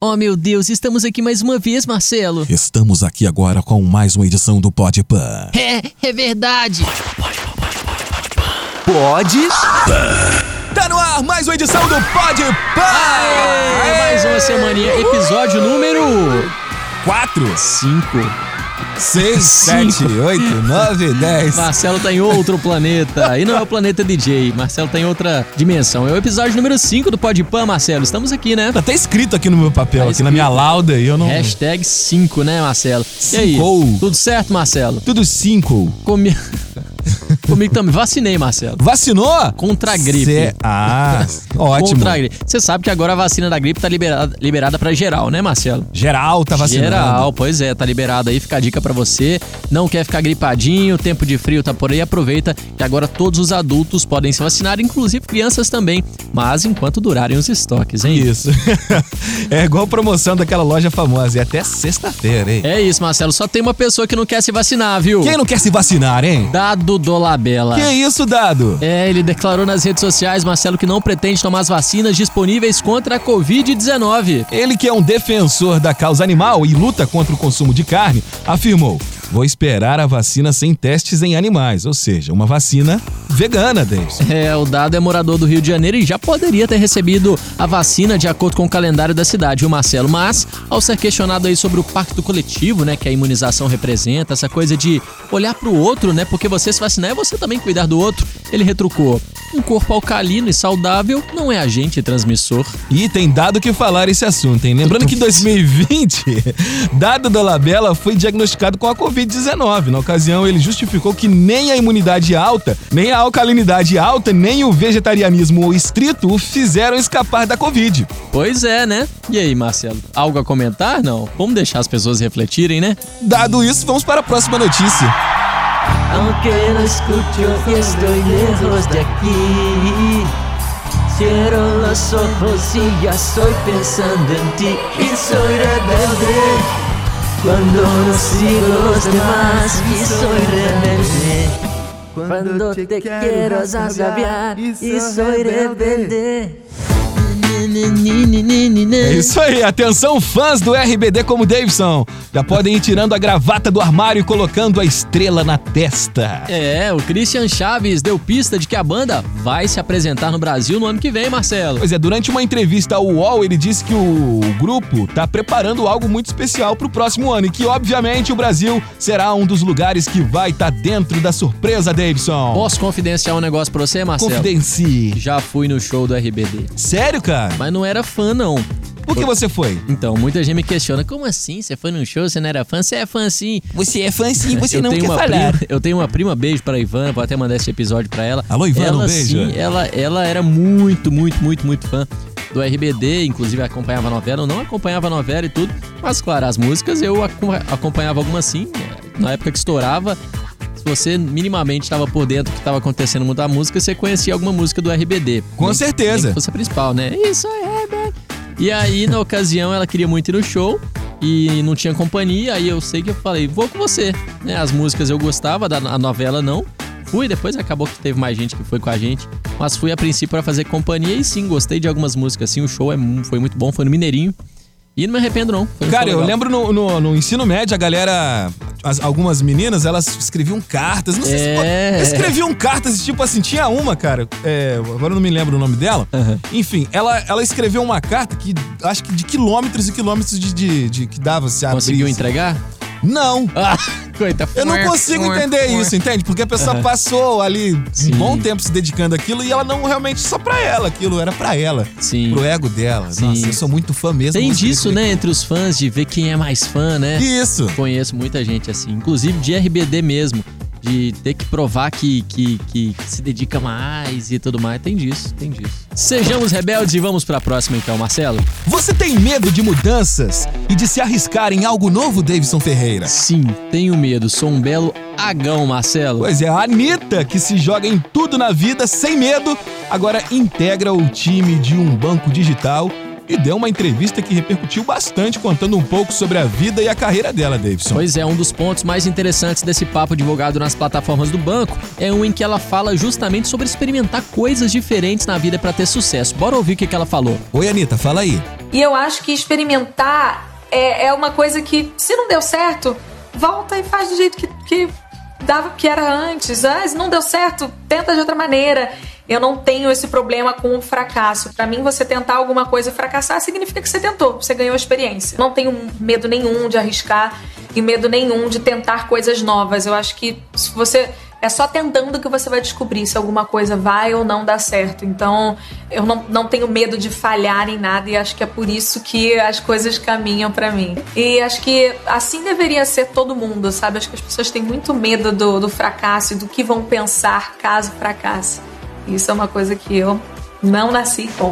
Oh, meu Deus, estamos aqui mais uma vez, Marcelo. Estamos aqui agora com mais uma edição do Pod Pan. É, é verdade. Pode. Tá no ar mais uma edição do Pod É Pan! mais uma semaninha. Episódio número 4, 5. 6, 7, 8, 9, 10. Marcelo tá em outro planeta. E não é o planeta DJ. Marcelo tá em outra dimensão. É o episódio número 5 do Pod Pan, Marcelo. Estamos aqui, né? Tá até escrito aqui no meu papel, Tá aqui na escrito. minha lauda, e eu não. Hashtag 5, né, Marcelo? E aí? Cinco. Tudo certo, Marcelo? Tudo 5. Comi... Comigo também. Vacinei, Marcelo. Vacinou? Contra a gripe. Cê- Ah, ótimo. Contra a gripe. Você sabe que agora a vacina da gripe tá liberada, liberada para geral, né, Marcelo? Geral tá vacinando. Geral, pois é, tá liberado aí, fica a dica pra você. Não quer ficar gripadinho, o tempo de frio tá por aí, aproveita que agora todos os adultos podem se vacinar, inclusive crianças também, mas enquanto durarem os estoques, hein? Isso. é igual promoção daquela loja famosa. E até sexta-feira, hein? É isso, Marcelo, só tem uma pessoa que não quer se vacinar, viu? Quem não quer se vacinar, hein? Dado Dolabella. Que isso, Dado? É, ele declarou nas redes sociais, Marcelo, que não pretende tomar as vacinas disponíveis contra a Covid-19. Ele que é um defensor da causa animal e luta contra o consumo de carne, afirmou: "Vou esperar a vacina sem testes em animais, ou seja, uma vacina vegana, Davis. É, o Dado é morador do Rio de Janeiro e já poderia ter recebido a vacina de acordo com o calendário da cidade, viu, Marcelo? Mas, ao ser questionado aí sobre o pacto coletivo, né, que a imunização representa, essa coisa de olhar pro outro, né, porque você se vacinar é você também cuidar do outro, ele retrucou: um corpo alcalino e saudável não é agente transmissor. E tem dado que falar esse assunto, hein? Lembrando que em 2020, Dado Dolabella foi diagnosticado com a Covid-19. Na ocasião, ele justificou que nem a imunidade alta, nem a alcalinidade alta, nem o vegetarianismo estrito o fizeram escapar da Covid. Pois é, né? E aí, Marcelo? Algo a comentar? Não? Vamos deixar as pessoas refletirem, né? Dado isso, vamos para a próxima notícia. Aunque no escucho y estoy lejos de aquí. Cierro los ojos y ya estoy pensando en ti. Y soy rebelde cuando no sigo a los demás. Y soy rebelde cuando te quiero saciar. Y soy rebelde. É isso aí, atenção fãs do RBD como Davidson. Já podem ir tirando a gravata do armário e colocando a estrela na testa. É, o Christian Chaves deu pista de que a banda vai se apresentar no Brasil no ano que vem, Marcelo. Pois é, durante uma entrevista ao UOL, ele disse que o grupo tá preparando algo muito especial pro próximo ano e que, obviamente, o Brasil será um dos lugares que vai estar dentro da surpresa, Davidson. Posso confidenciar um negócio pra você, Marcelo? Confidencie. Já fui no show do RBD, Sério, cara? mas não era fã, não. Por que você foi? Então, muita gente me questiona, como assim? Você foi num show, você não era fã? Você é fã sim. Você é fã sim, você Né? eu não tenho quer uma falar. Prima, eu tenho uma prima, beijo pra Ivana, vou até mandar esse episódio pra ela. Alô, Ivana, ela, um beijo. Sim, ela, ela era muito, muito, muito, muito fã do RBD, inclusive acompanhava a novela, eu não acompanhava a novela e tudo, mas claro, as músicas eu aco- acompanhava algumas sim, né? na época que estourava. Se você minimamente estava por dentro do que estava acontecendo no mundo da música, você conhecia alguma música do RBD. Com Nem- certeza. nem que fosse a principal, né? Isso é, RBD. E aí, na ocasião, ela queria muito ir no show e não tinha companhia. Aí eu sei que eu falei, vou com você. Né? As músicas eu gostava, da a novela não. Fui, depois acabou que teve mais gente que foi com a gente. Mas fui a princípio pra fazer companhia e sim, gostei de algumas músicas. Sim, o show é mu- foi muito bom, foi no Mineirinho. E não me arrependo, não. Foi um Cara, show eu legal. lembro no, no- no ensino médio, a galera. as- algumas meninas, elas escreviam cartas. Não sei se. É. pô, Escreviam cartas, tipo assim, tinha uma, cara. é, agora eu não me lembro o nome dela. Aham. Enfim, ela, ela escreveu uma carta que acho que de quilômetros e quilômetros de, de- de- que dava se abrir. Conseguiu entregar? Não. Ah, coita. Eu não consigo entender isso, entende? Porque a pessoa passou ali Sim. um bom tempo se dedicando àquilo e ela não realmente só pra ela, aquilo era pra ela, Sim. pro ego dela. Sim. Nossa, eu sou muito fã mesmo. Tem mas- disso, né, entre os fãs, de ver quem é mais fã, né? Isso. Conheço muita gente assim, inclusive de RBD mesmo, de ter que provar que, que, que se dedica mais e tudo mais. Tem disso, tem disso. Sejamos rebeldes e vamos pra próxima então, Marcelo? Você tem medo de mudanças e de se arriscar em algo novo, Davidson Ferreira? Sim, tenho medo, sou um belo agão, Marcelo. Pois é, a Anitta, que se joga em tudo na vida sem medo, agora integra o time de um banco digital e deu uma entrevista que repercutiu bastante, contando um pouco sobre a vida e a carreira dela, Davidson. Pois é, um dos pontos mais interessantes desse papo divulgado nas plataformas do banco é um em que ela fala justamente sobre experimentar coisas diferentes na vida pra ter sucesso. Bora ouvir o que que ela falou. Oi, Anitta, fala aí. E eu acho que experimentar é, é uma coisa que, se não deu certo, volta e faz do jeito que, que dava que era antes. Ah, se não deu certo, tenta de outra maneira. Eu não tenho esse problema com o fracasso. Para mim, você tentar alguma coisa e fracassar significa que você tentou, você ganhou experiência. Não tenho medo nenhum de arriscar e medo nenhum de tentar coisas novas. Eu acho que se você é só tentando que você vai descobrir se alguma coisa vai ou não dar certo. Então, eu não, não tenho medo de falhar em nada e acho que é por isso que as coisas caminham para mim. E acho que assim deveria ser todo mundo, sabe? Acho que as pessoas têm muito medo do, do fracasso e do que vão pensar caso fracasse. Isso é uma coisa que eu não nasci com.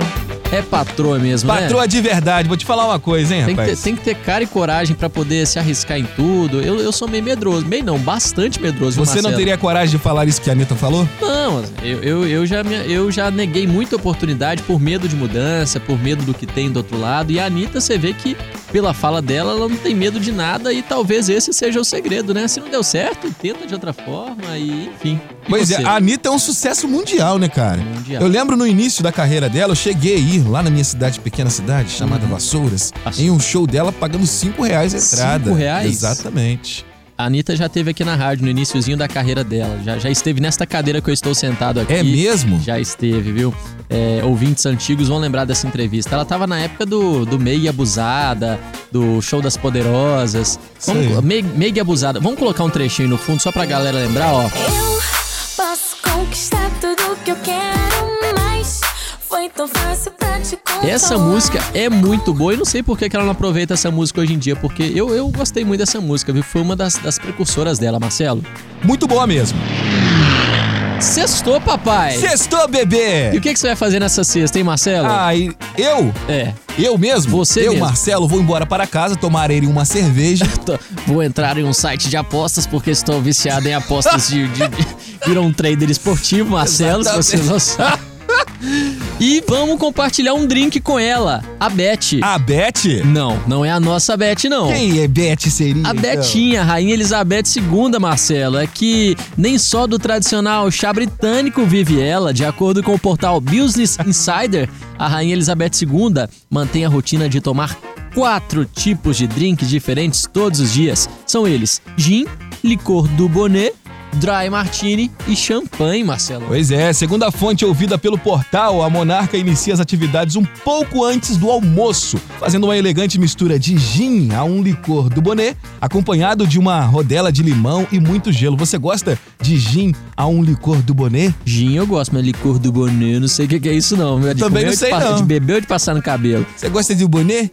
É patroa mesmo, né? Patroa de verdade, vou te falar uma coisa, hein, Tem que, ter, rapaz? tem que ter cara e coragem pra poder se arriscar em tudo. Eu, eu sou meio medroso. Meio não, bastante medroso. viu, Você não Marcelo? teria coragem de falar isso que a Anitta falou? Não, eu, eu, eu, já, me- eu já neguei muita oportunidade por medo de mudança, por medo do que tem do outro lado. E a Anitta, você vê que, pela fala dela, ela não tem medo de nada e talvez esse seja o segredo, né? Se não deu certo, tenta de outra forma e enfim. E Pois você? é, a Anitta é um sucesso mundial, né, cara? Mundial. Eu lembro no início da carreira dela, eu cheguei a ir lá na minha cidade, pequena cidade, chamada Vassouras, Vassouras. em um show dela pagando 5 reais a Uhum. Cinco entrada. reais? Exatamente. A Anitta já esteve aqui na rádio no iniciozinho da carreira dela. Já, já esteve nesta cadeira que eu estou sentado aqui. É mesmo? Já esteve, viu? É, ouvintes antigos vão lembrar dessa entrevista. Ela tava na época do, do Meia Abusada, do Show das Poderosas. Vamos, Sei. co- Meia Meia Abusada. Vamos colocar um trechinho no fundo só pra galera lembrar, ó. Eu posso conquistar tudo que eu quero, mas foi tão fácil pra te controlar. Essa música é muito boa e não sei por que que ela não aproveita essa música hoje em dia, porque eu, eu gostei muito dessa música, viu? Foi uma das, das precursoras dela, Marcelo. Muito boa mesmo. Sextou, papai! Sextou, E bebê! o É que, que você vai fazer nessa sexta, hein, Marcelo? Ai, eu? É. Eu mesmo? Você Eu, mesmo. Marcelo, vou embora para casa, tomar ele uma cerveja. Tô- Vou entrar em um site de apostas porque estou viciado em apostas de, de, de- Virou um trader esportivo, Marcelo, se você não sabe. E vamos compartilhar um drink com ela, a Beth. a Beth? Não, não é a nossa Beth, não. Quem é Beth seria? A então? Betinha, Rainha Elizabeth II, Marcelo, é que nem só do tradicional chá britânico vive ela. De acordo com o portal Business Insider, a Rainha Elizabeth II mantém a rotina de tomar quatro tipos de drinks diferentes todos os dias. São eles gin, licor do bonet, dry martini e champanhe, Marcelo. Pois é, segundo a fonte ouvida pelo portal, a monarca inicia as atividades um pouco antes do almoço, fazendo uma elegante mistura de gin a um licor do boné, acompanhado de uma rodela de limão e muito gelo. Você gosta de gin a um licor do boné? Gin eu gosto, mas licor do bonet eu não sei o que que é isso não. meu. De comer Também não ou de sei, pa- não. De beber ou de passar no cabelo. Você gosta de boné?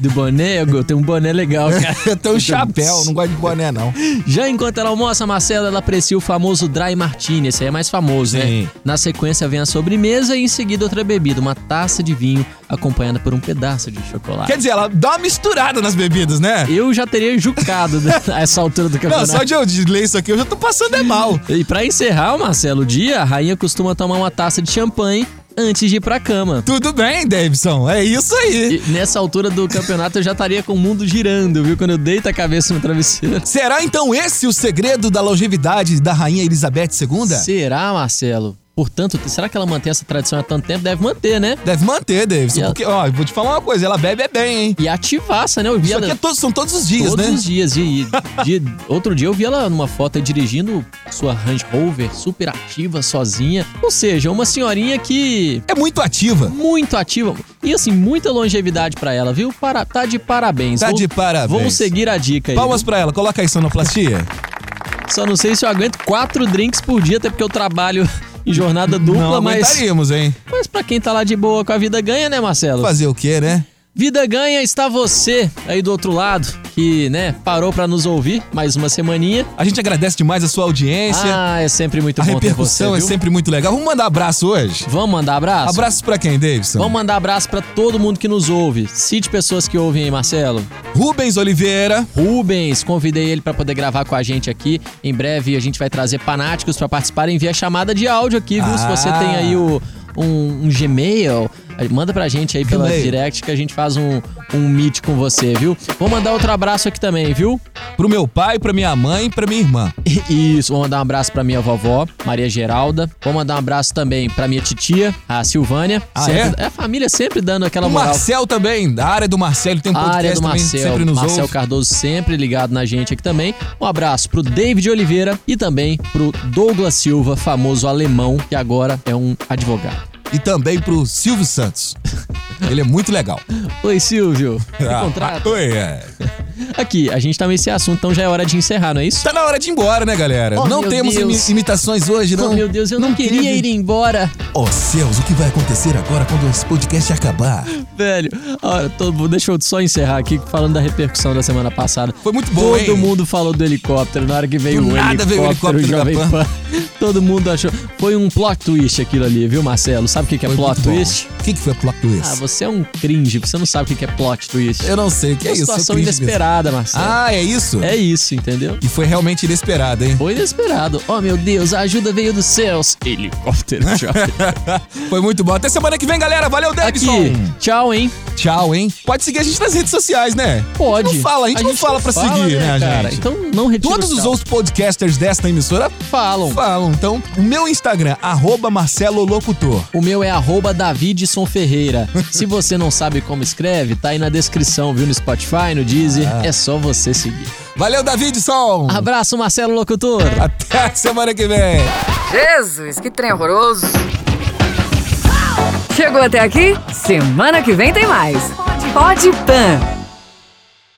Do boné, eu go- tenho um boné legal, cara. Eu tenho um chapéu, não gosto de boné não. Já enquanto ela almoça, Marcela, ela aprecia o famoso Dry Martini. Esse aí é mais famoso, Sim. né? Na sequência vem a sobremesa e em seguida outra bebida, uma taça de vinho acompanhada por um pedaço de chocolate. Quer dizer, ela dá uma misturada nas bebidas, né? Eu já teria jucado né, a essa altura do Não, campeonato. só de eu ler isso aqui eu já tô passando é mal. E pra encerrar, Marcelo, o dia, a rainha costuma tomar uma taça de champanhe antes de ir pra cama. Tudo bem, Davidson, é isso aí. E nessa altura do campeonato eu já estaria com o mundo girando, viu? Quando eu deito a cabeça no travesseiro. Será então esse o segredo da longevidade da rainha Elizabeth II? Será, Marcelo? Portanto, será que ela mantém essa tradição há tanto tempo? Deve manter, né? Deve manter, Davidson. E ela- Porque, ó, eu vou te falar uma coisa, ela bebe é bem, hein? E ativaça, né? Eu vi Isso ela aqui é to- são todos os dias, todos né? os dias. E, e- de- outro dia eu vi ela numa foto aí dirigindo sua Range Rover, super ativa, sozinha. Ou seja, uma senhorinha que É muito ativa. muito ativa e assim muita longevidade pra ela, viu? Para, tá de parabéns. Tá Vou- de parabéns. Vamos seguir a dica aí. Palmas pra ela, coloca aí sonoplastia. Só não sei se eu aguento quatro drinks por dia, até porque eu trabalho em jornada dupla, Não mas aguentaríamos, hein? mas para quem tá lá de boa com a vida ganha, né, Marcelo? Fazer o quê, né? Vida ganha está você aí do outro lado que, né, parou pra nos ouvir mais uma semaninha. A gente agradece demais a sua audiência. Ah, é sempre muito a bom ter você, repercussão é viu? sempre muito legal. Vamos mandar abraço hoje? Vamos mandar abraço? Abraços pra quem, Davidson? Vamos mandar abraço pra todo mundo que nos ouve. Cite pessoas que ouvem aí, Marcelo. Rubens Oliveira. Rubens, convidei ele pra poder gravar com a gente aqui. Em breve a gente vai trazer fanáticos pra participarem via chamada de áudio aqui, viu? Se Ah. você tem aí o, um, um Gmail, aí manda pra gente aí pela Gmail. direct que a gente faz um, um meet com você, viu? Vou mandar outro abraço aqui também, viu? pro meu pai, pra minha mãe e pra minha irmã. Isso, vou mandar um abraço pra minha vovó, Maria Geralda. Vou mandar um abraço também pra minha titia, a Silvânia. Ah, Sempre- É A família sempre dando aquela O moral. Marcel também, da área do Marcelo, tem um A podcast área do também, Marcel, sempre nos Marcel ouve. Cardoso sempre ligado na gente aqui também. Um abraço pro David Oliveira e também pro Douglas Silva, famoso alemão, que agora é um advogado. E também pro Silvio Santos. Ele é muito legal. Oi, Silvio. Me Ah, contrata. oi, é. Aqui, a gente tá nesse assunto, então já é hora de encerrar, não é isso? Tá na hora de ir embora, né, galera? Oh, não meu temos Deus. imi- imitações hoje, não. Oh, meu Deus, eu não, queria teve. ir embora. Oh, céus, o que vai acontecer agora quando esse podcast acabar? Velho, olha, todo, deixa eu só encerrar aqui falando da repercussão da semana passada. Foi muito bom, Todo hein? mundo falou do helicóptero na hora que veio Do o nada helicóptero, veio o o helicóptero Jovem da Pan. Todo mundo achou. Foi um plot twist aquilo ali, viu, Marcelo? Sabe o que, que é Foi plot muito bom. twist? O que, que foi plot twist? Ah, você é um cringe, você não sabe o que, que é plot twist. Eu não sei o que é é uma isso. eu situação cringe mesmo. inesperada, Marcelo. Ah, é isso? É isso, entendeu? E foi realmente inesperado, hein? Foi inesperado. Oh, meu Deus, a ajuda veio dos céus. Helicóptero, jovem. Foi muito bom. Até semana que vem, galera. Valeu, Aqui, Davidson. tchau, hein? Tchau, hein? Pode seguir a gente nas redes sociais, né? Pode. A gente não fala, a gente não fala pra seguir, né, cara? gente? Então não retira Todos o os tchau. outros podcasters desta emissora falam. falam. Então, o meu Instagram, arroba Marcelo Locutor. O meu é arroba Davidson Ferreira. Se você não sabe como escreve, tá aí na descrição, viu? No Spotify, no Deezer. É só você seguir. Valeu, Davidson! Abraço, Marcelo Locutor. Até semana que vem! Jesus, que trem horroroso. Chegou até aqui? Semana que vem tem mais. Pode Pan.